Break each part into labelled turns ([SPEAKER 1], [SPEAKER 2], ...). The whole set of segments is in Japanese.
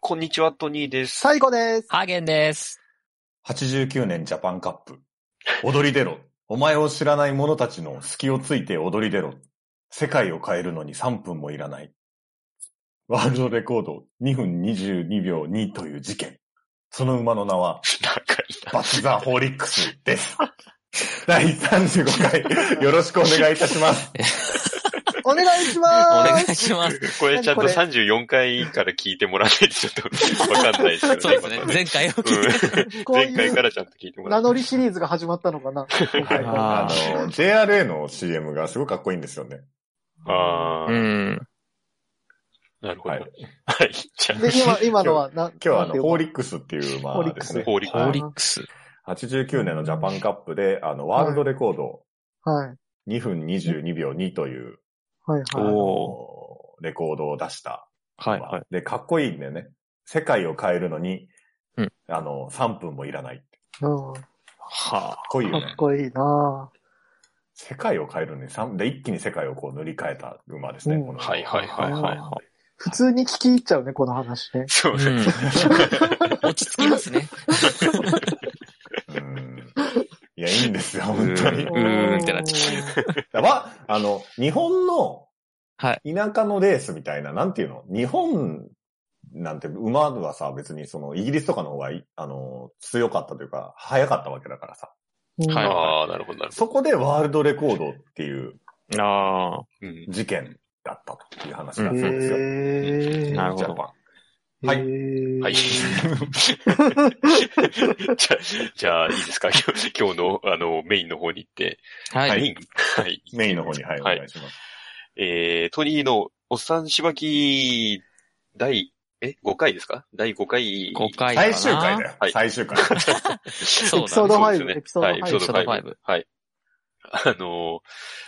[SPEAKER 1] こんにちは、トニーです。
[SPEAKER 2] 最後です。
[SPEAKER 3] ハーゲンです。
[SPEAKER 4] 89年ジャパンカップ。踊り出ろ。お前を知らない者たちの隙をついて踊り出ろ。世界を変えるのに3分もいらない。ワールドレコード2分22秒2という事件。その馬の名は、
[SPEAKER 1] なんかいいな
[SPEAKER 4] バチザ・ホーリックスです。第35回、よろしくお願いいたします。
[SPEAKER 2] お願いし
[SPEAKER 3] お
[SPEAKER 2] ま
[SPEAKER 3] 願
[SPEAKER 2] す。
[SPEAKER 3] いしま す。
[SPEAKER 1] これちゃんと
[SPEAKER 2] これ
[SPEAKER 1] 34回から聞いてもらわないとちょっとわかんないです よね。
[SPEAKER 3] そうですね
[SPEAKER 1] 今。
[SPEAKER 3] 前回を聞いて
[SPEAKER 1] うん
[SPEAKER 2] こう
[SPEAKER 1] 前回
[SPEAKER 2] い
[SPEAKER 1] か
[SPEAKER 2] う
[SPEAKER 1] らちゃんと聞いてもら
[SPEAKER 2] 名
[SPEAKER 1] って。
[SPEAKER 2] 乗りシリーズが始まったのかな。今回から
[SPEAKER 4] あ
[SPEAKER 3] あ
[SPEAKER 4] の、JRA の CM がすごいかっこいいんですよね。
[SPEAKER 1] あー、
[SPEAKER 3] うん。
[SPEAKER 1] なるほど。
[SPEAKER 4] は
[SPEAKER 1] はいい。じゃ
[SPEAKER 2] で、今、今のは、な、
[SPEAKER 4] 今日はあ
[SPEAKER 2] なんて
[SPEAKER 4] の、
[SPEAKER 2] 呼ぶ
[SPEAKER 4] ホーリックスっていう馬ですね
[SPEAKER 1] あ、。ホーリック
[SPEAKER 3] ホーリックス。
[SPEAKER 4] 89年のジャパンカップで、あの、ワールドレコード
[SPEAKER 2] はい。
[SPEAKER 4] 2分22秒2という、
[SPEAKER 2] はい
[SPEAKER 4] あ
[SPEAKER 2] はい。
[SPEAKER 4] の
[SPEAKER 3] お
[SPEAKER 4] レコードを出した。
[SPEAKER 3] は。
[SPEAKER 4] で、かっこいいんだよね。世界を変えるのに、
[SPEAKER 3] うん
[SPEAKER 4] あの、3分もいらない。か
[SPEAKER 2] うん。か
[SPEAKER 3] は
[SPEAKER 4] っこいいよ
[SPEAKER 2] っ
[SPEAKER 4] ね。
[SPEAKER 2] こいいな
[SPEAKER 4] 世界を変えるのに3、で、一気に世界をこう塗り替えた馬ですね。
[SPEAKER 2] うん
[SPEAKER 4] この
[SPEAKER 1] はいはい
[SPEAKER 3] あ。
[SPEAKER 1] はいはい。
[SPEAKER 3] い。
[SPEAKER 2] 普通に聞き入っちゃうね、この話ね。
[SPEAKER 1] そうね。
[SPEAKER 3] うん、落ち着きますね。
[SPEAKER 4] うんいや、いいんですよ、本当に
[SPEAKER 3] う。ーんってなっち
[SPEAKER 2] ゃ
[SPEAKER 4] わ、あの、日本の、
[SPEAKER 3] はい
[SPEAKER 4] 田舎のレースみたいな、なんていうの日本なんて馬はさ、別にその、イギリスとかの方がい、あの、強かったというか、早かったわけだからさ。
[SPEAKER 2] うん。
[SPEAKER 3] はい
[SPEAKER 1] ああ、なるほど、なるほ
[SPEAKER 4] そこでワールドレコードっていう
[SPEAKER 3] あ
[SPEAKER 1] ど。うん
[SPEAKER 4] 事件だったという話
[SPEAKER 3] う
[SPEAKER 4] が
[SPEAKER 3] ん
[SPEAKER 4] そうですよ。
[SPEAKER 2] へー
[SPEAKER 3] なるほど
[SPEAKER 4] ジャパン
[SPEAKER 2] は
[SPEAKER 4] はいい。
[SPEAKER 1] はい。じゃあ、じゃあ、いいですか今日今日の、あの、メインの方に行って。
[SPEAKER 3] あ。は。
[SPEAKER 4] はいい
[SPEAKER 1] メインはい。
[SPEAKER 4] メインの方に、はい、お
[SPEAKER 1] はい
[SPEAKER 4] 願いします。
[SPEAKER 1] えー、トニーのおっさんしばき、第、え、5回ですか第5回。
[SPEAKER 3] 5回かな。
[SPEAKER 4] 最終回だよ
[SPEAKER 1] はい。
[SPEAKER 4] 最終回。
[SPEAKER 3] そう
[SPEAKER 2] エピソード
[SPEAKER 3] だね。
[SPEAKER 1] そうです
[SPEAKER 2] 5
[SPEAKER 1] ね
[SPEAKER 2] エピソード
[SPEAKER 1] はいエピソード
[SPEAKER 3] エピソード
[SPEAKER 1] 5。はい。 あのー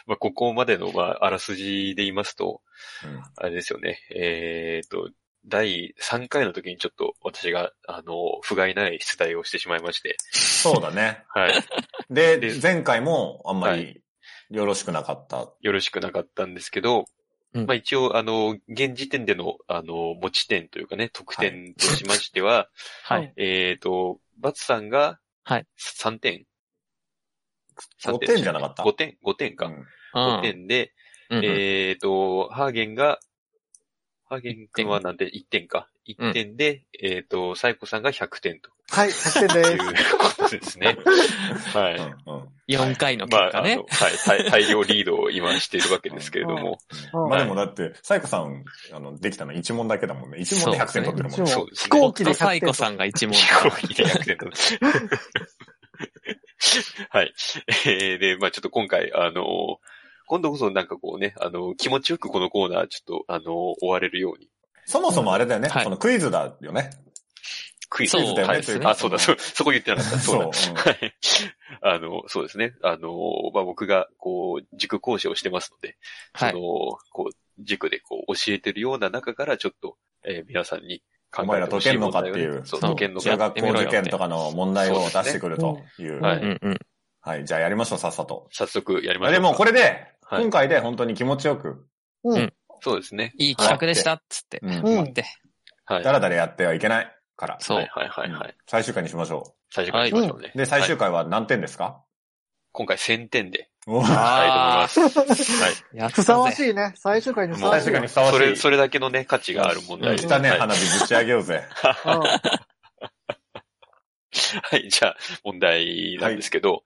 [SPEAKER 1] まあ、ここまでの、まあ、あらすじで言いますと、
[SPEAKER 4] うん
[SPEAKER 1] あれですよね。えー、と、第3回の時にちょっと私が、あのー不甲斐ない出題をしてしまいまして。
[SPEAKER 4] そうだね。
[SPEAKER 1] はい。
[SPEAKER 4] で
[SPEAKER 1] で、
[SPEAKER 4] 前回もあんま
[SPEAKER 1] は
[SPEAKER 4] りよろしくなかった。
[SPEAKER 1] よろしくなかったんですけど、
[SPEAKER 3] うん
[SPEAKER 1] まあ一応、あの、現時点での、あの、持ち点というかね、得点としましては、
[SPEAKER 3] はい。
[SPEAKER 1] えっ、と、バツさんが、
[SPEAKER 3] はい
[SPEAKER 1] 3点。
[SPEAKER 4] 5点じゃなかった
[SPEAKER 1] 5点、5点か。
[SPEAKER 4] うん
[SPEAKER 1] 5点で、
[SPEAKER 3] うんうん
[SPEAKER 1] えっ、と、ハーゲンが、ハーゲン君はなんで1点か。
[SPEAKER 3] うん
[SPEAKER 1] 1点で、えっ、と、サイコさんが100点と
[SPEAKER 2] はい、100点
[SPEAKER 1] いう
[SPEAKER 2] で
[SPEAKER 1] ことです ね。は
[SPEAKER 4] う
[SPEAKER 1] い。
[SPEAKER 4] んうん
[SPEAKER 3] 4回の
[SPEAKER 1] ま
[SPEAKER 3] 結
[SPEAKER 1] あ、
[SPEAKER 3] 果
[SPEAKER 1] あの
[SPEAKER 3] ね。、
[SPEAKER 1] はい、大大量リードを今しているわけですけれども、
[SPEAKER 2] うん
[SPEAKER 4] まあでもだって、サイコさん、あの、できたの1問だけだもんね。1問で100点取ってるもん
[SPEAKER 2] そう
[SPEAKER 4] ね。
[SPEAKER 2] です
[SPEAKER 1] そ
[SPEAKER 2] ね
[SPEAKER 1] うです
[SPEAKER 2] 飛
[SPEAKER 1] ね。
[SPEAKER 2] 行
[SPEAKER 3] 僕
[SPEAKER 2] 機で
[SPEAKER 3] とサ
[SPEAKER 2] 100
[SPEAKER 3] イ
[SPEAKER 2] 点
[SPEAKER 3] コさんが1問。
[SPEAKER 1] 飛行機で100点と。 はい。えーで、まあちょっと今回、あの今度こそなんかこうね、あの気持ちよくこのコーナー、ちょっと、あの終われるように。
[SPEAKER 4] そもそもあれだよね。
[SPEAKER 3] はい
[SPEAKER 4] このクイズだよね。
[SPEAKER 1] クイズ
[SPEAKER 3] そう
[SPEAKER 4] だよね
[SPEAKER 1] はい
[SPEAKER 4] というか
[SPEAKER 1] あ、そうだ、そう、そこ言ってなかった。そうだ。
[SPEAKER 4] そううん
[SPEAKER 1] はい。あの、そうですね。あのまあ僕が、こう、塾講師をしてますので、
[SPEAKER 3] は
[SPEAKER 1] そ
[SPEAKER 3] い
[SPEAKER 1] の。、こう、塾でこう、教えてるような中から、ちょっと、えー皆さんに考
[SPEAKER 4] お前
[SPEAKER 1] え
[SPEAKER 4] ら
[SPEAKER 1] てほ
[SPEAKER 4] 解
[SPEAKER 1] し
[SPEAKER 4] け
[SPEAKER 1] い
[SPEAKER 4] んの
[SPEAKER 1] 問
[SPEAKER 4] かって
[SPEAKER 1] 題をね、
[SPEAKER 4] いう
[SPEAKER 1] そう、
[SPEAKER 3] そう
[SPEAKER 1] 解けんの
[SPEAKER 4] 中
[SPEAKER 1] か。
[SPEAKER 4] 学校受験とかの問題を出してくるという。
[SPEAKER 1] そうですねはい
[SPEAKER 3] うんうん。
[SPEAKER 4] はい。じゃあやりましょう、さっさと。
[SPEAKER 1] 早速やりましょう
[SPEAKER 4] で
[SPEAKER 1] か。
[SPEAKER 4] もこれで、
[SPEAKER 1] はい
[SPEAKER 4] 今回で本当に気持ちよく、
[SPEAKER 2] うん。
[SPEAKER 1] そうですね。
[SPEAKER 3] いい企画でしたっつって。
[SPEAKER 4] うん
[SPEAKER 2] う
[SPEAKER 3] 思
[SPEAKER 2] ん
[SPEAKER 3] っ。て。
[SPEAKER 1] はい。
[SPEAKER 4] だらだらやってはいけないから。
[SPEAKER 3] そう
[SPEAKER 1] はいはいはいは
[SPEAKER 4] う
[SPEAKER 1] い
[SPEAKER 4] ん。最終回にしましょ
[SPEAKER 1] 最終回にしましょうね。
[SPEAKER 4] う。で、最終
[SPEAKER 1] はい
[SPEAKER 4] 回は何点ですか
[SPEAKER 1] 今回1000点で。
[SPEAKER 4] お
[SPEAKER 1] は
[SPEAKER 3] あ
[SPEAKER 1] い、と思います。はい。
[SPEAKER 3] やった
[SPEAKER 2] ふさわし
[SPEAKER 3] ぜ。
[SPEAKER 2] いね。最終回にふさ
[SPEAKER 1] もう
[SPEAKER 2] わし
[SPEAKER 4] 最
[SPEAKER 2] い
[SPEAKER 4] 終回に
[SPEAKER 2] ね。
[SPEAKER 4] ふさわしい。
[SPEAKER 1] それ、それだけのね、価値がある問題
[SPEAKER 4] よ
[SPEAKER 1] で
[SPEAKER 4] し
[SPEAKER 1] す。
[SPEAKER 4] 来たね、
[SPEAKER 1] はい
[SPEAKER 4] 花火ぶち上げよう ぜ。
[SPEAKER 1] はい、じゃあ、問題なんですけど、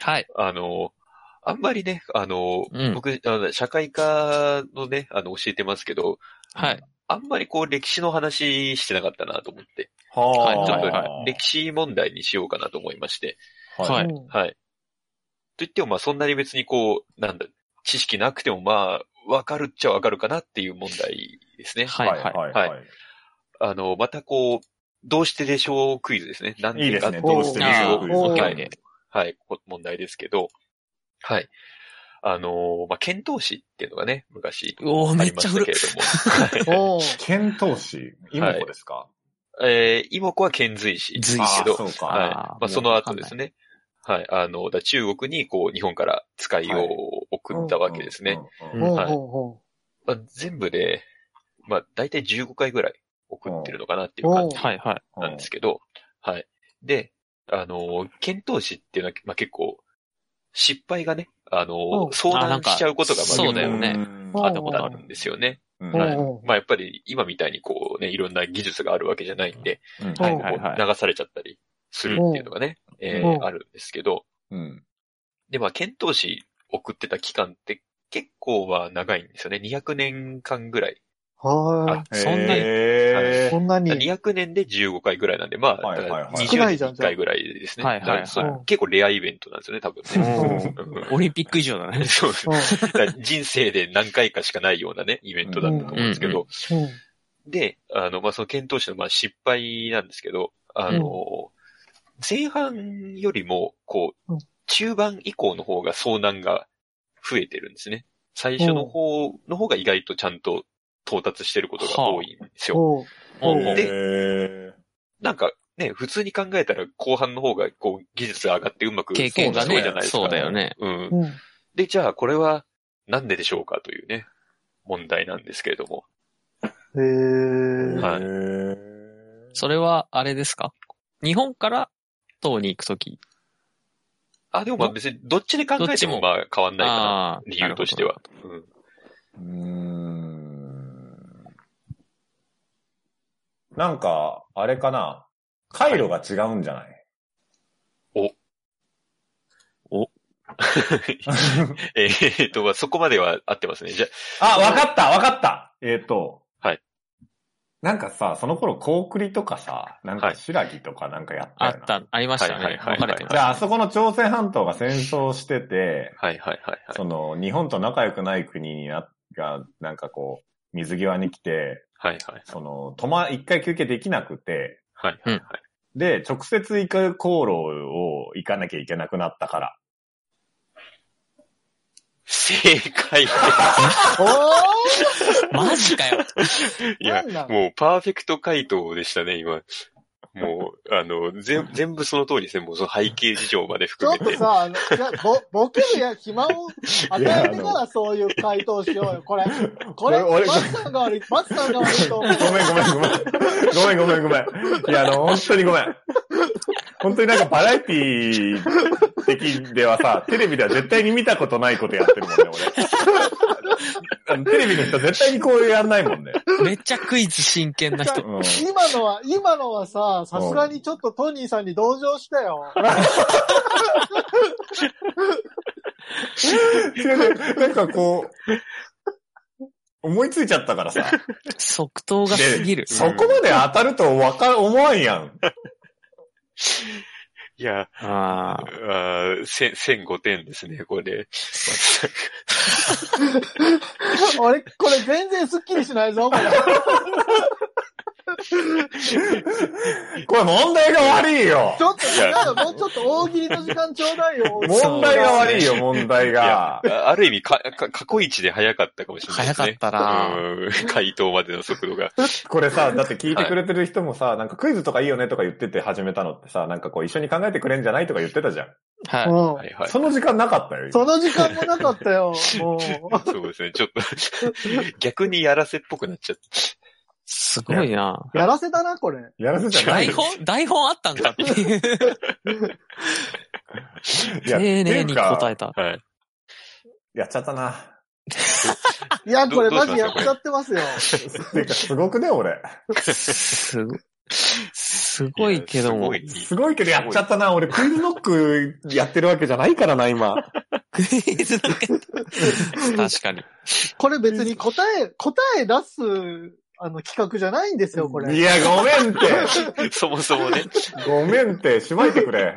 [SPEAKER 3] はい。
[SPEAKER 1] あの、あんまりね、あの、
[SPEAKER 3] うん
[SPEAKER 1] 僕、あの社会科のね、あの、教えてますけど、
[SPEAKER 3] はい。
[SPEAKER 1] あんまりこう、歴史の話してなかったなと思って、
[SPEAKER 4] は
[SPEAKER 3] はい
[SPEAKER 1] ちょっと
[SPEAKER 4] はい
[SPEAKER 1] 歴史問題にしようかなと思いまして、
[SPEAKER 3] は
[SPEAKER 2] う
[SPEAKER 3] い
[SPEAKER 2] ん
[SPEAKER 1] はい。といっても、まあ、そんなに別にこう、なんだ、知識なくても、まあ、わかるっちゃわかるかなっていう問題ですね。
[SPEAKER 3] はい。はい。
[SPEAKER 4] はい。
[SPEAKER 1] はい
[SPEAKER 4] はい。
[SPEAKER 1] あの、またこう、どうしてでしょうクイズですね。なん
[SPEAKER 4] いいです
[SPEAKER 1] って
[SPEAKER 4] ね。
[SPEAKER 1] う
[SPEAKER 4] どうして
[SPEAKER 3] 理由を
[SPEAKER 4] クイズ
[SPEAKER 2] おー
[SPEAKER 3] オッケー
[SPEAKER 1] は
[SPEAKER 3] オッ
[SPEAKER 1] い
[SPEAKER 3] ケー。
[SPEAKER 1] はい、こ問題ですけど、はい。あの、まあ、剣闘士っていうのがね、昔、
[SPEAKER 3] おー
[SPEAKER 1] あ
[SPEAKER 3] め
[SPEAKER 1] り
[SPEAKER 3] っ
[SPEAKER 1] ま
[SPEAKER 3] ちゃ
[SPEAKER 1] した
[SPEAKER 3] 古
[SPEAKER 1] け
[SPEAKER 3] い
[SPEAKER 1] れ。ども。はい
[SPEAKER 2] おー
[SPEAKER 4] 剣闘士、妹子ですか、
[SPEAKER 1] えー、妹子は遣隋使。
[SPEAKER 3] 随
[SPEAKER 4] あ
[SPEAKER 3] 所
[SPEAKER 4] あ、
[SPEAKER 1] ど
[SPEAKER 4] そうか。
[SPEAKER 1] はい。
[SPEAKER 3] あー
[SPEAKER 1] まあ、その後ですね。はい。あの、だ中国に、こう、日本から使いを送ったわけですね。
[SPEAKER 4] うんうんうん
[SPEAKER 2] ほう
[SPEAKER 1] はい
[SPEAKER 2] ほうほ
[SPEAKER 1] まあ、全部で、まあ、大体15回ぐらい送ってるのかなっていう感じ
[SPEAKER 3] はいはい。
[SPEAKER 1] なんですけど、はい。で、あの、検討士っていうのは、まあ、結構、失敗がね、あ
[SPEAKER 2] う
[SPEAKER 1] の、
[SPEAKER 2] ん
[SPEAKER 1] 相
[SPEAKER 3] あなん
[SPEAKER 1] 談
[SPEAKER 3] か
[SPEAKER 1] しちゃうことが、まあ、
[SPEAKER 3] そうだよね
[SPEAKER 4] うん
[SPEAKER 2] あ
[SPEAKER 3] あったことあ
[SPEAKER 1] あ
[SPEAKER 3] る。
[SPEAKER 1] るんですよね。
[SPEAKER 4] うん
[SPEAKER 2] うん
[SPEAKER 1] はい
[SPEAKER 2] うん
[SPEAKER 1] まあ、やっぱり今みたいにこうね、いろんな技術があるわけじゃないんで、
[SPEAKER 4] うん
[SPEAKER 3] はい
[SPEAKER 1] こ
[SPEAKER 3] は
[SPEAKER 1] う
[SPEAKER 3] いはい。
[SPEAKER 1] 流されちゃったりするっていうのがね、えー
[SPEAKER 2] うん
[SPEAKER 1] あるんですけど、
[SPEAKER 4] うん
[SPEAKER 1] で、まあ、検討士送ってた期間って結構は長いんですよね。200年間ぐらい。
[SPEAKER 2] は
[SPEAKER 3] そんなに
[SPEAKER 2] い。
[SPEAKER 4] へー
[SPEAKER 2] こんなに。
[SPEAKER 1] 200年で15回ぐらいなんで、まあ、
[SPEAKER 4] はいはいはい
[SPEAKER 1] だから
[SPEAKER 2] 少
[SPEAKER 1] 20
[SPEAKER 2] な
[SPEAKER 1] 年
[SPEAKER 2] いじゃん
[SPEAKER 1] 1回ぐらいですね。
[SPEAKER 3] はいはいはい
[SPEAKER 1] だからそう結構レアイベントなんですよね、多分ね。うん
[SPEAKER 3] オリンピック以上だね。
[SPEAKER 1] そう
[SPEAKER 2] うん
[SPEAKER 1] だから人生で何回かしかないようなね、イベントだったと思うんですけ
[SPEAKER 3] うんうん
[SPEAKER 1] ど、で、あの、まあ、その検討士のまあ失敗なんですけど、あの、前半よりも、こう
[SPEAKER 2] うん、
[SPEAKER 1] 中盤以降の方が遭難が増えてるんですね。最初の方の方が意外とちゃんと到達してることが多いんですよ。
[SPEAKER 2] おう
[SPEAKER 3] おうおう
[SPEAKER 1] で
[SPEAKER 4] へ
[SPEAKER 1] なんかね、普通に考えたら後半の方がこう技術が上がってうまく
[SPEAKER 3] 経験が
[SPEAKER 1] そう
[SPEAKER 3] ね
[SPEAKER 1] じゃない、ですか。
[SPEAKER 3] そうだよね。
[SPEAKER 1] うん
[SPEAKER 2] う。ん
[SPEAKER 1] で、じゃあこれはなんででしょうかというね、問題なんですけれども。
[SPEAKER 2] へ
[SPEAKER 4] ー
[SPEAKER 2] ー
[SPEAKER 1] はい
[SPEAKER 4] へー
[SPEAKER 3] それは、あれですか日本から党に行くとき。
[SPEAKER 1] あ、でもまあ別にどっちで考
[SPEAKER 3] どっ
[SPEAKER 1] え
[SPEAKER 3] ち
[SPEAKER 1] て
[SPEAKER 3] も
[SPEAKER 1] もまあ変わんないかな。
[SPEAKER 3] ああー、
[SPEAKER 1] 理由としては。うん
[SPEAKER 4] うーんなんか、あれかな。回路が違うんじゃない、
[SPEAKER 1] えーっと、まあそこまでは合ってますね。じゃ
[SPEAKER 4] あ、わかったわかったえっ、と。
[SPEAKER 1] はい。
[SPEAKER 4] なんかさ、その頃、コウクリとかさ、なん
[SPEAKER 1] は
[SPEAKER 4] か、
[SPEAKER 1] い
[SPEAKER 4] シラギとかなんかやった
[SPEAKER 3] あ
[SPEAKER 4] よな。
[SPEAKER 3] った、ありました
[SPEAKER 1] はいはい
[SPEAKER 3] ね。
[SPEAKER 1] はいはい
[SPEAKER 3] 分かれて
[SPEAKER 4] じ
[SPEAKER 3] ま
[SPEAKER 4] ゃあ、あそこの朝鮮半島が戦争してて、
[SPEAKER 1] あ、はいはいはいはい。
[SPEAKER 4] その、日本と仲良くない国にな、が、なんかこう、水際に来て、
[SPEAKER 1] はいはい
[SPEAKER 4] その、止ま、一回休憩できなくて、
[SPEAKER 1] はいはいはい。
[SPEAKER 4] で、直接行く航路を行かなきゃいけなくなったから。
[SPEAKER 1] 正解です。
[SPEAKER 3] す。マジかよ。
[SPEAKER 1] いや
[SPEAKER 2] なんな、の
[SPEAKER 1] もうパーフェクト回答でしたね、今。もう、あの、全全部その通りですね。もうその背景事情まで
[SPEAKER 2] ち
[SPEAKER 1] 含
[SPEAKER 2] ょっ
[SPEAKER 1] め
[SPEAKER 2] と
[SPEAKER 1] て。
[SPEAKER 2] さ、あのいやぼボケるや暇を与えてからそういう回答しようよ、これ。これ、
[SPEAKER 4] 俺俺
[SPEAKER 2] 松さんが悪い、松さんが悪いと思う。
[SPEAKER 4] ごめんごめんごめん。ごめんごめんごめん。いや、あの、本当にごめん。本当になんかバラエティ的ではさ、テレビでは絶対に見たことないことやってるもんね、俺。あのテレビの人絶対にこうやんないもんね。
[SPEAKER 3] めっちゃクイズ真剣な人。
[SPEAKER 4] うん。
[SPEAKER 2] 今のは、今のはさ、さすがにちょっとトニーさんに同情したよ。
[SPEAKER 4] なんかこう、思いついちゃったからさ。
[SPEAKER 3] 即答が過ぎる。
[SPEAKER 4] そこまで当たるとわか、思わんやん。
[SPEAKER 1] いや、
[SPEAKER 3] ああ。
[SPEAKER 1] あーせ1005点ですね、これ。
[SPEAKER 2] 俺、これ全然スッキリしないぞ、これ。
[SPEAKER 4] これ問題が悪いよ
[SPEAKER 2] ち。ょっと違うよ、もうちょっと大喜利の時間ちょうだいよ。
[SPEAKER 4] 問題が悪いよ、問題が。
[SPEAKER 1] あ ある意味か、か、過去一で早かったかもしれないですね。
[SPEAKER 3] 早かったな
[SPEAKER 1] うん回答までの速度 が。
[SPEAKER 4] これさ、だって聞いてくれてる人もさ、なんかクイズとかいいよねとか言ってて始めたのってさ、なんかこう一緒に考えてくれんじゃないとか言ってたじゃん。
[SPEAKER 3] はい。
[SPEAKER 2] うん
[SPEAKER 1] はいはい。
[SPEAKER 4] その時間なかったよ。
[SPEAKER 2] その時間もなかったよ、もう。
[SPEAKER 1] そうですね。ちょっと、 逆にやらせっぽくなっちゃっ
[SPEAKER 3] すごいな。
[SPEAKER 2] やらせだな、これ。
[SPEAKER 4] やらせじゃない
[SPEAKER 3] 台
[SPEAKER 4] よ。
[SPEAKER 3] 本、台本あったんかっていう。
[SPEAKER 4] いや
[SPEAKER 3] 丁寧に答
[SPEAKER 4] てい
[SPEAKER 3] え
[SPEAKER 4] うか
[SPEAKER 3] た。
[SPEAKER 1] た。はい。
[SPEAKER 4] やっちゃったな。
[SPEAKER 2] いや、
[SPEAKER 1] ど
[SPEAKER 2] これ
[SPEAKER 1] どう
[SPEAKER 2] マ
[SPEAKER 1] し
[SPEAKER 2] ジ
[SPEAKER 1] ました
[SPEAKER 2] やっちゃってますよ。
[SPEAKER 4] ていうか、すごくね、俺。
[SPEAKER 3] すご、すごいけども
[SPEAKER 1] や。す
[SPEAKER 4] す
[SPEAKER 1] ごい
[SPEAKER 4] ごいけどやっちゃったな。俺クイズノックやってるわけじゃないからな、今。
[SPEAKER 3] クイズだけ確かに。
[SPEAKER 2] これ別に答え、答え出す、あの、企画じゃないんですよ、これ。
[SPEAKER 4] いや、ごめんって。
[SPEAKER 1] そもそもね、
[SPEAKER 4] ごめんって、しまいてくれ。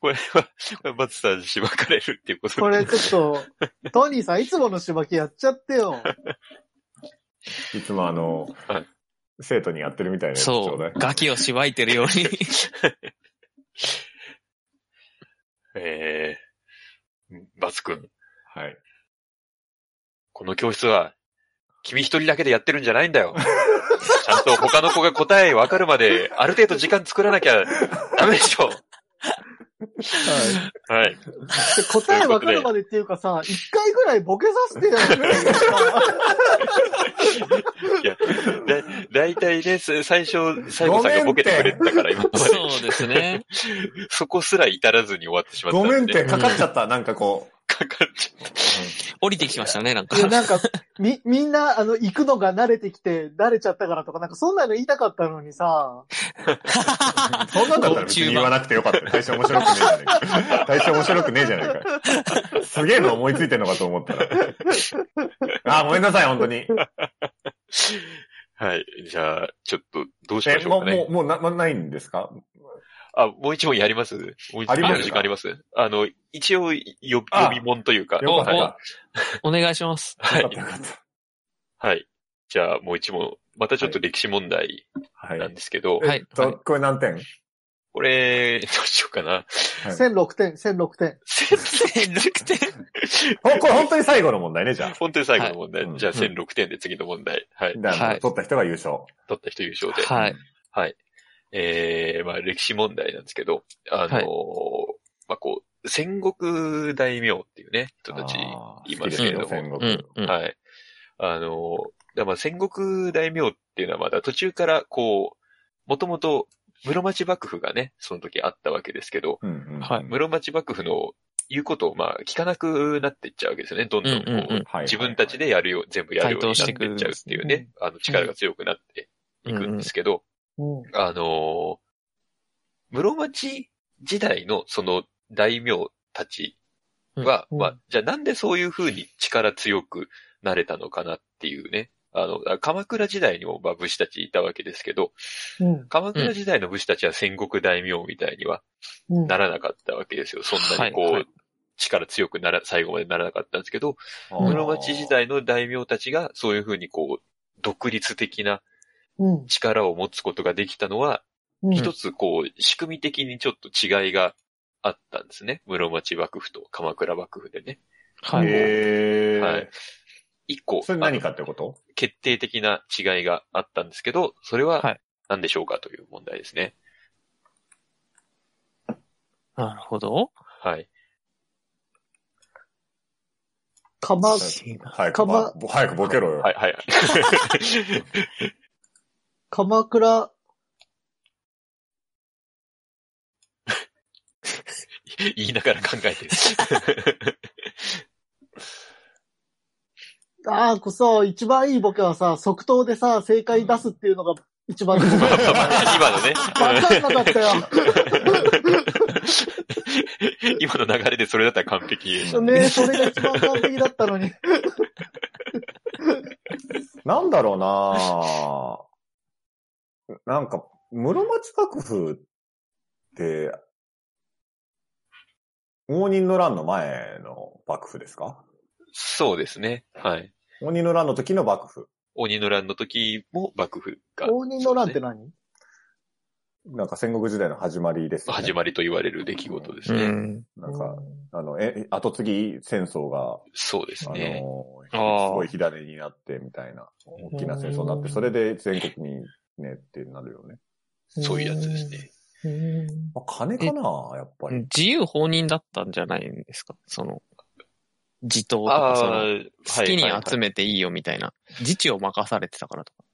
[SPEAKER 1] これは、これバツさんにしばかれるっていうこと
[SPEAKER 2] こ
[SPEAKER 1] で
[SPEAKER 2] れちょっと、トニーさんいつものしばきやっちゃってよ。
[SPEAKER 4] いつもあの
[SPEAKER 1] はい、
[SPEAKER 4] 生徒にやってるみたいなやつちょ
[SPEAKER 3] そう。。
[SPEAKER 4] だいう
[SPEAKER 3] ガキをしばいてるように。
[SPEAKER 1] えー、バツくん、
[SPEAKER 4] はい。
[SPEAKER 1] この教室は、君一人だけでやってるんじゃないんだよ。 ちゃんと他の子が答え分かるまで、ある程度時間作らなきゃダメでしょ。はい。
[SPEAKER 2] で答え分かるまでっていうかさ、一回ぐらいボケさせてよ。
[SPEAKER 1] いや、だ、だいたいね、す最初、最後さんがボケてくれてたから、今まで。
[SPEAKER 3] そうですね。
[SPEAKER 1] そこすら至らずに終わってしまったん
[SPEAKER 4] ご
[SPEAKER 1] で。
[SPEAKER 4] めんって、
[SPEAKER 1] か
[SPEAKER 4] かかっちゃった、なんかこ
[SPEAKER 1] かっちゃっ
[SPEAKER 3] 降りてきましたね、なん か
[SPEAKER 2] い。やなんか、み、みんな、あの、行くのが慣れてきて、慣れちゃったからとか、なんかそんなの言いたかったのにさ、
[SPEAKER 4] う。そんなんだったら別に言わなくてよかった。大して面白くねえじゃねえか。大して面白くねえじゃねえか。すげえの思いついてんのかと思ったら。あー、ごめんなさい、本当に。
[SPEAKER 1] た。はい。じゃあ、ちょっと、どうしま
[SPEAKER 4] え、
[SPEAKER 1] しょ
[SPEAKER 4] も
[SPEAKER 1] う
[SPEAKER 4] う、
[SPEAKER 1] か
[SPEAKER 4] も
[SPEAKER 1] ね。
[SPEAKER 4] う、もうな、なないんですか
[SPEAKER 1] あ、もう一問やりますもう一
[SPEAKER 4] あ
[SPEAKER 1] 問
[SPEAKER 4] りますか
[SPEAKER 1] やる時間ありますあの、一応、よ、
[SPEAKER 4] あ
[SPEAKER 1] 呼び物というか。
[SPEAKER 4] よかった。
[SPEAKER 1] はい
[SPEAKER 4] よ
[SPEAKER 1] は
[SPEAKER 4] か
[SPEAKER 3] お願いします。
[SPEAKER 1] い
[SPEAKER 4] った、よかった。
[SPEAKER 1] はい。じゃあ、もう一問。またちょっと歴史問題
[SPEAKER 4] はい。
[SPEAKER 1] なんですけど、
[SPEAKER 3] はい
[SPEAKER 4] えっと、これ何点
[SPEAKER 1] これ、どうしようかな。
[SPEAKER 4] はい
[SPEAKER 2] 1006点、1006点。
[SPEAKER 3] 1006点。
[SPEAKER 4] ほこれ本当に最後の問題ね、じゃあ。
[SPEAKER 1] 本当に最後の問題。
[SPEAKER 4] はい
[SPEAKER 1] じゃあ、
[SPEAKER 4] うん
[SPEAKER 1] 1006点で次の問題。はい。
[SPEAKER 4] だから
[SPEAKER 3] はい
[SPEAKER 4] 取った人が優勝。
[SPEAKER 1] 取った人優勝で。
[SPEAKER 3] はい。
[SPEAKER 1] ええまあ歴史問題なんですけど、あのー
[SPEAKER 3] はい
[SPEAKER 1] まあこう、戦国大名っていうね、人たち、
[SPEAKER 4] あー
[SPEAKER 1] い
[SPEAKER 4] 好
[SPEAKER 1] ま
[SPEAKER 4] きですす
[SPEAKER 1] けれ
[SPEAKER 4] よ
[SPEAKER 1] ども
[SPEAKER 4] 戦
[SPEAKER 3] う
[SPEAKER 4] 国。
[SPEAKER 3] ん。うん。
[SPEAKER 1] はい。あのーだまあ戦国大名っていうのはまだ途中からこう、もともと室町幕府がね、その時あったわけですけど、
[SPEAKER 4] うんうん
[SPEAKER 3] はい
[SPEAKER 1] 室町幕府の言うことをまあ聞かなくなっていっちゃうわけですよね、どんどんこう、
[SPEAKER 3] うんうんうん
[SPEAKER 4] はい
[SPEAKER 1] 自分たちでやるよ、全部やるようになっていっちゃうっていうね、あの力が強くなっていくんですけど、
[SPEAKER 2] うん。
[SPEAKER 1] あのー室町時代のその大名たちは、
[SPEAKER 2] うん
[SPEAKER 1] まあ、じゃあなんでそういう風に力強くなれたのかなっていうね。あの、鎌倉時代にもまあ武士たちいたわけですけど、
[SPEAKER 2] うん。
[SPEAKER 1] 鎌倉時代の武士たちは戦国大名みたいには
[SPEAKER 2] うん
[SPEAKER 1] ならなかったわけですよ。そんなに
[SPEAKER 3] はい
[SPEAKER 1] こ
[SPEAKER 3] は
[SPEAKER 1] う
[SPEAKER 3] い、
[SPEAKER 1] 力強くなら、最後までならなかったんですけど、
[SPEAKER 4] あー
[SPEAKER 1] 室町時代の大名たちがそういう風にこう、独立的な
[SPEAKER 2] うん。
[SPEAKER 1] 力を持つことができたのは、
[SPEAKER 2] うん
[SPEAKER 1] 一つこう、仕組み的にちょっと違いがあったんですね。室町幕府と鎌倉幕府でね。
[SPEAKER 3] はい。
[SPEAKER 4] へ
[SPEAKER 1] は
[SPEAKER 4] ー
[SPEAKER 1] い。一個、
[SPEAKER 4] それ
[SPEAKER 1] あ
[SPEAKER 4] 何
[SPEAKER 1] の
[SPEAKER 4] かってこと
[SPEAKER 1] 決定的な違いがあったんですけど、それ
[SPEAKER 3] は
[SPEAKER 1] はい何でしょうかという問題ですね。
[SPEAKER 3] なるほど。
[SPEAKER 1] はい。
[SPEAKER 2] 鎌、
[SPEAKER 4] 早く、
[SPEAKER 2] か
[SPEAKER 4] ま
[SPEAKER 2] ま
[SPEAKER 4] 早くボケろよ。
[SPEAKER 1] はい、はい。
[SPEAKER 2] 鎌倉、
[SPEAKER 1] 言いながら考えてる。
[SPEAKER 2] ああ、こそ、一番いいボケはさ、即答でさ、正解出すっていうのが一番いい。
[SPEAKER 1] まあま
[SPEAKER 2] わ
[SPEAKER 1] あまあ今のね、
[SPEAKER 2] かんなかったよ。
[SPEAKER 1] 今の流れでそれだったら完璧でした。
[SPEAKER 2] ねえ、それが一番完璧だったのに。
[SPEAKER 4] なんだろうなぁ なんか、室町幕府って、応仁の乱の前の幕府ですか
[SPEAKER 1] そうですね。はい。
[SPEAKER 4] 応仁の乱の時の幕府。
[SPEAKER 1] 鬼の乱の時も幕府が
[SPEAKER 2] 応仁の乱って何
[SPEAKER 4] なんか戦国時代の始まりですよね。
[SPEAKER 1] 始まりと言われる出来事ですね。
[SPEAKER 3] うん。
[SPEAKER 4] なんか、あの、え、後継ぎ戦争が、
[SPEAKER 1] そうです
[SPEAKER 4] あの
[SPEAKER 1] ね。
[SPEAKER 3] あー
[SPEAKER 4] すごい火種になってみたいな、大きな戦争になって、それで全国にねってなるよね。
[SPEAKER 1] そういうやつですね。
[SPEAKER 2] うん。
[SPEAKER 4] まあ、金かなやっぱり。
[SPEAKER 3] 自由放任だったんじゃないんですかその、自党と
[SPEAKER 1] あ
[SPEAKER 3] か、
[SPEAKER 1] あ
[SPEAKER 3] その、
[SPEAKER 1] ー、
[SPEAKER 3] 好きに
[SPEAKER 1] はいはいは
[SPEAKER 3] 集
[SPEAKER 1] い
[SPEAKER 3] めていいよみたいな。自治を任されてたからと か。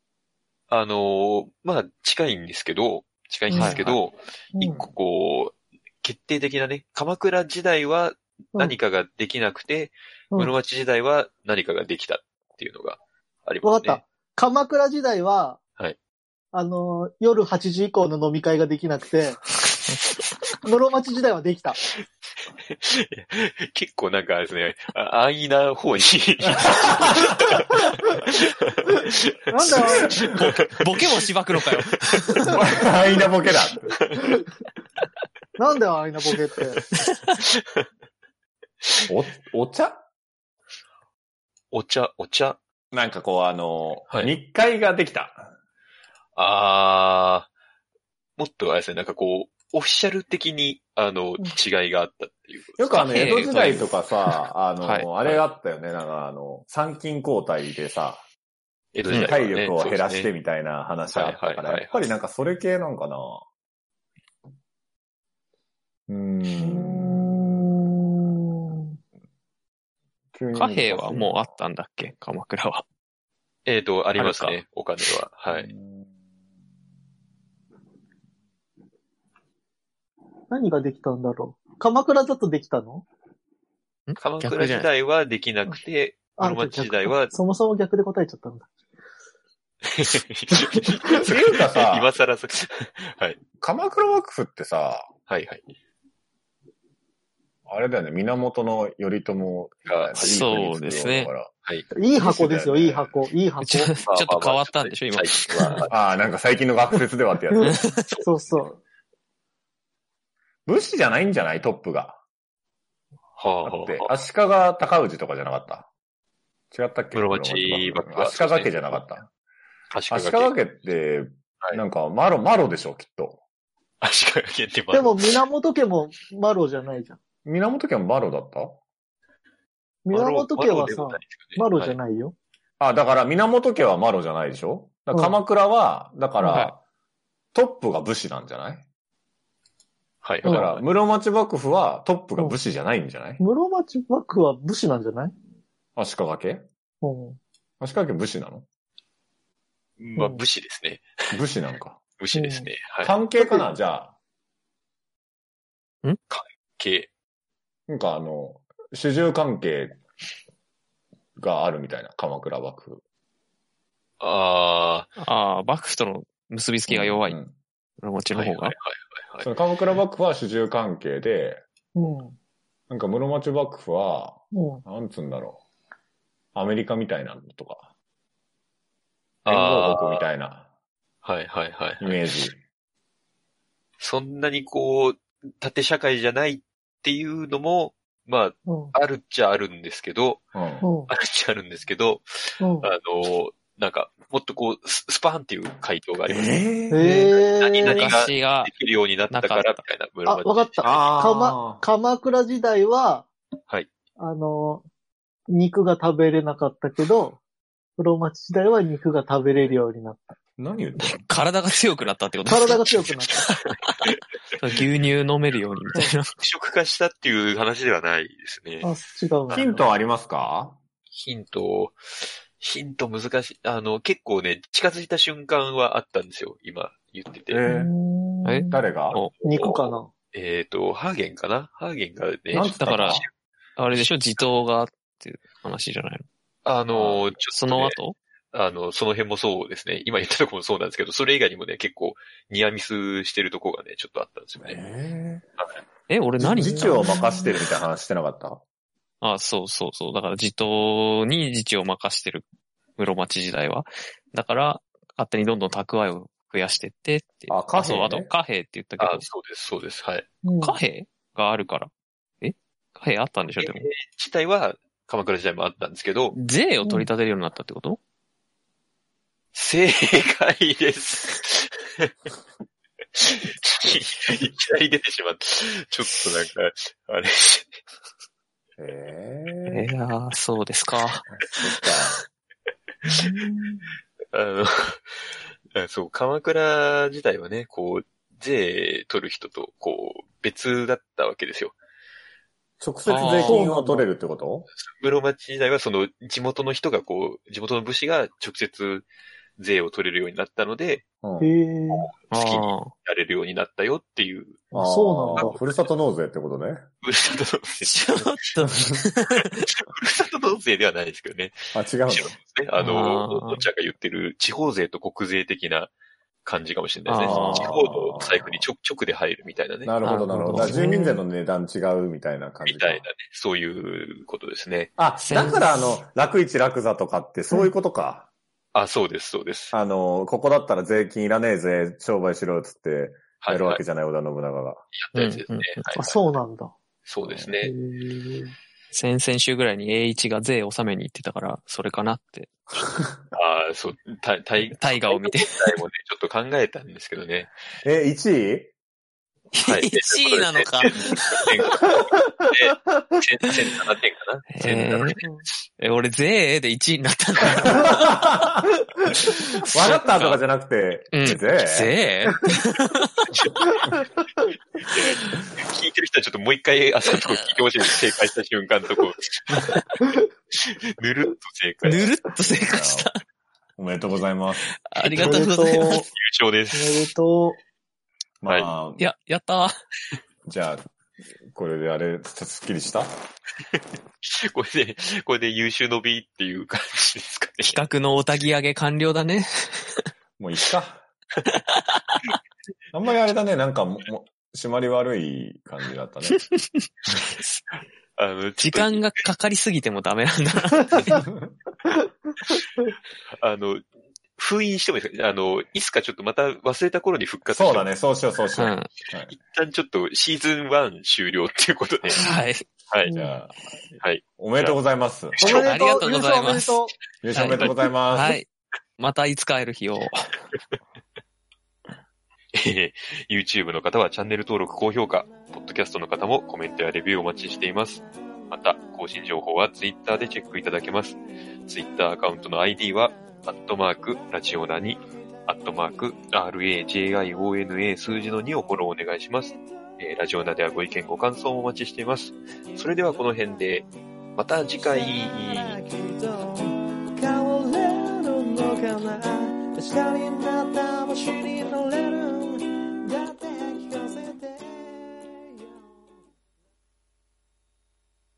[SPEAKER 1] あのーまあ、近いんですけど、近いんですけ
[SPEAKER 3] はい
[SPEAKER 1] ど、一、個こう、決定的なね、鎌倉時代は何かができなくて、
[SPEAKER 2] うん
[SPEAKER 1] 室町時代は何かができたっていうのがありま
[SPEAKER 2] わ
[SPEAKER 1] すね。
[SPEAKER 2] かった。鎌倉時代は、
[SPEAKER 1] はい
[SPEAKER 2] あのー、夜8時以降の飲み会ができな くて、室町時代はできた。
[SPEAKER 1] 結構なんかあれですね、あ安易な方に。
[SPEAKER 2] なんだよ。
[SPEAKER 3] ボケもしばくのかよ。
[SPEAKER 4] アイナボケだ。
[SPEAKER 2] なんだよ、アイナボケって。
[SPEAKER 4] お、お茶
[SPEAKER 1] お茶、お茶。
[SPEAKER 4] なんかこう、あの、
[SPEAKER 1] はい
[SPEAKER 4] 日会ができた。
[SPEAKER 1] あー、もっとあれですね、なんかこう、オフィシャル的に、あの、違いがあったっていうこと
[SPEAKER 4] よくあの、
[SPEAKER 3] へ
[SPEAKER 4] 江
[SPEAKER 3] ー
[SPEAKER 4] 戸時代とかさ、あの、
[SPEAKER 3] はい
[SPEAKER 4] あれがあったよね。なんかあの、参勤交代でさ、
[SPEAKER 1] 江戸時代はね
[SPEAKER 4] 体力を減
[SPEAKER 1] そうで
[SPEAKER 4] らし
[SPEAKER 1] す
[SPEAKER 4] て
[SPEAKER 1] ね
[SPEAKER 4] みたいな話があった
[SPEAKER 1] はい
[SPEAKER 4] か
[SPEAKER 1] はいはいは
[SPEAKER 4] ら、
[SPEAKER 1] い
[SPEAKER 4] やっぱりなんかそれ系なんかな。うーん。
[SPEAKER 3] 貨幣はもうあったんだっけ鎌倉は。
[SPEAKER 1] えっ、と、あります
[SPEAKER 3] ある
[SPEAKER 1] ね、お金は。はい。。
[SPEAKER 2] 何ができたんだろう。鎌倉だとできたの
[SPEAKER 3] ん
[SPEAKER 1] 鎌
[SPEAKER 3] 逆
[SPEAKER 1] 倉
[SPEAKER 3] じゃ
[SPEAKER 1] 時
[SPEAKER 3] ない。
[SPEAKER 1] 代はできなくて、
[SPEAKER 2] あ
[SPEAKER 1] 室町時代は
[SPEAKER 2] 逆そもそも逆で答えちゃったんだ。
[SPEAKER 4] ていうかさ
[SPEAKER 1] 今更そ、はい。
[SPEAKER 4] 鎌倉幕府ってさ、
[SPEAKER 1] はいはい。
[SPEAKER 4] あれだよね、源頼朝が
[SPEAKER 3] そうですね
[SPEAKER 1] はい。
[SPEAKER 2] いい箱ですよ、いい箱。いい箱。
[SPEAKER 3] ちょちょっと変わったんでしょ今
[SPEAKER 1] はい。まあ
[SPEAKER 4] ああ、なんか最近の学説ではってやつ。
[SPEAKER 2] そうそう。
[SPEAKER 4] 武士じゃないんじゃないトップが。
[SPEAKER 1] はあ
[SPEAKER 4] だっ
[SPEAKER 1] は
[SPEAKER 4] て、
[SPEAKER 1] あはあ。
[SPEAKER 4] 足利高氏とかじゃなかった。違ったっけ
[SPEAKER 1] 室町幕府は
[SPEAKER 4] 足利家じゃなかった。
[SPEAKER 1] 足利
[SPEAKER 4] 足利
[SPEAKER 1] 家。
[SPEAKER 4] 家って、
[SPEAKER 1] はい
[SPEAKER 4] なんか、マロ、マロでしょ、きっと。
[SPEAKER 1] 足利家ってまあ
[SPEAKER 2] でも、源家もマロじゃないじゃん。
[SPEAKER 4] 源家もマロだった
[SPEAKER 2] 源家はさ、マロじゃ
[SPEAKER 1] ない
[SPEAKER 2] ないよ。
[SPEAKER 4] あ、だから、源家はマロじゃないでしょだから
[SPEAKER 2] うん
[SPEAKER 4] 鎌倉は、だから、
[SPEAKER 3] はい
[SPEAKER 4] トップが武士なんじゃない
[SPEAKER 1] はい。は
[SPEAKER 4] だ
[SPEAKER 1] い。
[SPEAKER 4] か、
[SPEAKER 1] だから
[SPEAKER 4] 室町幕府はトップが武士じゃないんじゃない、
[SPEAKER 2] 室町幕府は武士なんじゃない
[SPEAKER 4] 足利家
[SPEAKER 2] うん。
[SPEAKER 4] 足利家武士なの
[SPEAKER 1] まあ、武士ですね。
[SPEAKER 4] 武士なんか。
[SPEAKER 1] 武士ですね。はい。
[SPEAKER 4] 関係かなじゃあ、
[SPEAKER 1] 系。
[SPEAKER 4] なんかあの、主従関係があるみたいな、鎌倉幕府。
[SPEAKER 1] あ
[SPEAKER 3] ああ、幕府との結びつきが弱い。
[SPEAKER 4] うん
[SPEAKER 3] こっち
[SPEAKER 1] あ。
[SPEAKER 3] の
[SPEAKER 1] はいはいは
[SPEAKER 3] 方が
[SPEAKER 1] い。はい
[SPEAKER 4] そ。の鎌倉幕府は主従関係で、
[SPEAKER 2] うん。
[SPEAKER 4] なんか室町幕府は、
[SPEAKER 2] うん。
[SPEAKER 4] なんつうんだろう。アメリカみたいなのとか、連合
[SPEAKER 1] あ
[SPEAKER 4] 国みたいな
[SPEAKER 1] あ。はいはいはい。
[SPEAKER 4] イメージ。
[SPEAKER 1] そんなにこう、縦社会じゃないっていうのも、ま
[SPEAKER 2] うん。
[SPEAKER 1] あ、あるっちゃあるんですけど、
[SPEAKER 4] うん。
[SPEAKER 2] うん
[SPEAKER 1] あるっちゃあるんですけど、
[SPEAKER 2] うん。
[SPEAKER 1] あの、なんか、もっとこう、ススパーンっていう回答があります。
[SPEAKER 4] え
[SPEAKER 2] ええ
[SPEAKER 1] 何々
[SPEAKER 2] ー。
[SPEAKER 3] 昔が
[SPEAKER 1] で、きるようになったから、み
[SPEAKER 3] なんか
[SPEAKER 1] たいな。室
[SPEAKER 2] あ、
[SPEAKER 1] 町
[SPEAKER 2] わかった。鎌
[SPEAKER 4] あー
[SPEAKER 2] 鎌倉時代は、
[SPEAKER 1] はい。
[SPEAKER 2] あの、肉が食べれなかったけど、室町時代は肉が食べれるようになった。
[SPEAKER 4] 何言ってんの
[SPEAKER 3] 体が強くなったってことですか
[SPEAKER 2] 体が強くなった。
[SPEAKER 3] 牛乳飲めるようにみたいな。
[SPEAKER 1] 腐食化したっていう話ではないですね。
[SPEAKER 2] あ、違うな。
[SPEAKER 4] ヒントはありますか
[SPEAKER 1] ヒント、ヒント難しい。あの、結構ね、近づいた瞬間はあったんですよ。今言ってて。
[SPEAKER 4] えー
[SPEAKER 2] うーん
[SPEAKER 3] え
[SPEAKER 4] 誰が
[SPEAKER 3] お
[SPEAKER 2] 肉かな。
[SPEAKER 1] えっ、と、ハーゲンかなハーゲンがね、
[SPEAKER 4] なんつった
[SPEAKER 3] だからあれでしょ自頭がっていう話じゃないの
[SPEAKER 1] あの、ちょっと
[SPEAKER 3] そ
[SPEAKER 1] ね
[SPEAKER 3] の後
[SPEAKER 1] あの、その辺もそうですね。今言ったとこもそうなんですけど、それ以外にもね、結構ニアミスしてるとこがね、ちょっとあったんですよね。
[SPEAKER 4] え
[SPEAKER 3] え、俺
[SPEAKER 4] ー、
[SPEAKER 3] 何
[SPEAKER 4] 自治を任してるみたいな話してなかった
[SPEAKER 3] あ、そうそうそう。だから自頭に自治を任してる。室町時代は。だから、勝手にどんどん蓄えを増やしてってっていう。
[SPEAKER 4] あ貨幣ね
[SPEAKER 3] そう、あと貨幣って言ったけ
[SPEAKER 1] あ
[SPEAKER 3] ど、
[SPEAKER 1] そうです、そうです。はい。
[SPEAKER 2] うん
[SPEAKER 3] 貨幣があるから。え貨幣あったんでしょでも
[SPEAKER 1] えー。自体は、鎌倉時代もあったんですけど、
[SPEAKER 3] 税を取り立てるようになったってこと、
[SPEAKER 1] 正解です。いきなり出てしまった。ちょっとなんか、あれ、
[SPEAKER 4] え
[SPEAKER 3] いやー、そうですか。
[SPEAKER 1] あの、そう、鎌倉時代はね、こう、税取る人と、こう、別だったわけですよ。
[SPEAKER 4] 直接税金を取れるってこと
[SPEAKER 1] 室町時代はその地元の人がこう、地元の武士が直接税を取れるようになったので、
[SPEAKER 4] うん
[SPEAKER 2] へえ。
[SPEAKER 3] あ
[SPEAKER 1] 好きに
[SPEAKER 3] あ。
[SPEAKER 1] なれるようになったよって いう、
[SPEAKER 2] あそうなんだ
[SPEAKER 4] あーふるさと納税ってことね。
[SPEAKER 1] ふるさと納税。
[SPEAKER 3] ちょっと、
[SPEAKER 1] ふるさと納税ではないですけどね。
[SPEAKER 4] あ、違うの
[SPEAKER 1] 違うんですね。あの、
[SPEAKER 3] あー
[SPEAKER 1] おもちゃんが言ってる地方税と国税的な感じかもしれないですね
[SPEAKER 3] あー。
[SPEAKER 1] 地方の財布に直直で入るみたいなね。
[SPEAKER 4] なるほど、なるほど。
[SPEAKER 3] な
[SPEAKER 4] だ
[SPEAKER 3] るほど
[SPEAKER 4] から住民税の値段違うみたいな感じ
[SPEAKER 1] み
[SPEAKER 4] か
[SPEAKER 1] たいなね。そういうことですね。
[SPEAKER 4] あ、だからあの、楽市楽座とかってそういうことか。
[SPEAKER 1] あ、そうです、そうです。
[SPEAKER 4] あの、ここだったら税金いらねえぜ、商売しろっつって、
[SPEAKER 1] は
[SPEAKER 4] や
[SPEAKER 1] い、
[SPEAKER 4] る
[SPEAKER 1] は
[SPEAKER 4] わ
[SPEAKER 1] い。
[SPEAKER 4] けじゃない、織田信長が。
[SPEAKER 1] やったやつですね。
[SPEAKER 3] うんうんうん
[SPEAKER 1] はい
[SPEAKER 2] あ、そうなんだ。
[SPEAKER 1] そうです
[SPEAKER 2] へ
[SPEAKER 1] ね。
[SPEAKER 2] ー
[SPEAKER 3] 先々週ぐらいに A1 が税を納めに行ってたから、それかなって。
[SPEAKER 1] ああ、そう、た、たい、
[SPEAKER 3] 大河を見て。
[SPEAKER 1] 題もね、ちょっと考えたんですけどね。
[SPEAKER 4] え、1位
[SPEAKER 1] はい
[SPEAKER 3] 1位なのか。
[SPEAKER 1] 千千七点かな
[SPEAKER 3] へ
[SPEAKER 1] 千七
[SPEAKER 3] ー
[SPEAKER 1] 点。
[SPEAKER 3] え、俺税で1位になったんだ。
[SPEAKER 4] 笑ったとかじゃな くて、
[SPEAKER 3] うん
[SPEAKER 4] 税
[SPEAKER 3] 税
[SPEAKER 1] 聞いてる人はちょっともう一回、あそこ聞いてほしいです。正解した瞬間のとこ。ぬるっと正
[SPEAKER 3] ぬ
[SPEAKER 1] 解。優
[SPEAKER 3] るっと正解した。
[SPEAKER 4] おめでとうございます。
[SPEAKER 3] ありがとうござい
[SPEAKER 2] お
[SPEAKER 3] ま
[SPEAKER 2] め
[SPEAKER 3] す
[SPEAKER 2] で。
[SPEAKER 1] 勝で
[SPEAKER 2] とう。おめ
[SPEAKER 1] す。
[SPEAKER 2] でと。
[SPEAKER 4] まあ、
[SPEAKER 3] いや、やったー。
[SPEAKER 4] じゃあ、これであれ、すっきりした
[SPEAKER 1] これで、これで優秀の B っていう感じですかね。
[SPEAKER 3] 企画のおたぎ上げ完了だね。
[SPEAKER 4] もういいか。 あんまりあれだね、なんかも、も締まり悪い感じだったね。
[SPEAKER 1] あの、
[SPEAKER 3] 時
[SPEAKER 1] ちょっ
[SPEAKER 3] 間がかかりすぎてもダメなんだな。
[SPEAKER 1] とあの、封印してもいいですかあの、いつかちょっとまた忘れた頃に復活して
[SPEAKER 4] そうだ。ね、そうしよう、そうし
[SPEAKER 3] う
[SPEAKER 4] よう。
[SPEAKER 3] ん。
[SPEAKER 4] はい、
[SPEAKER 1] 一旦ちょっとシーズン1終了っていうことで。
[SPEAKER 3] はい。
[SPEAKER 1] はいう
[SPEAKER 4] じゃあ、
[SPEAKER 1] はい。
[SPEAKER 4] おめでとうございます。
[SPEAKER 2] う。おめでとう。
[SPEAKER 3] ありがとうございます
[SPEAKER 2] 優勝おめでとう
[SPEAKER 4] 優勝おめでとうございます。
[SPEAKER 3] はい。またいつか会える日を。
[SPEAKER 1] えー YouTube の方はチャンネル登録、高評価、ポッドキャストの方もコメントやレビューお待ちしています。また、更新情報は Twitter でチェックいただけます。Twitter アカウントの ID は、アットマーク、ラジオナに、アットマーク、RAJIONA 数字の2をフォローお願いします。えーラジオナではご意見、ご感想もお待ちしています。それではこの辺で、また次回。
[SPEAKER 5] 変われるのかな明日になった星に乗れ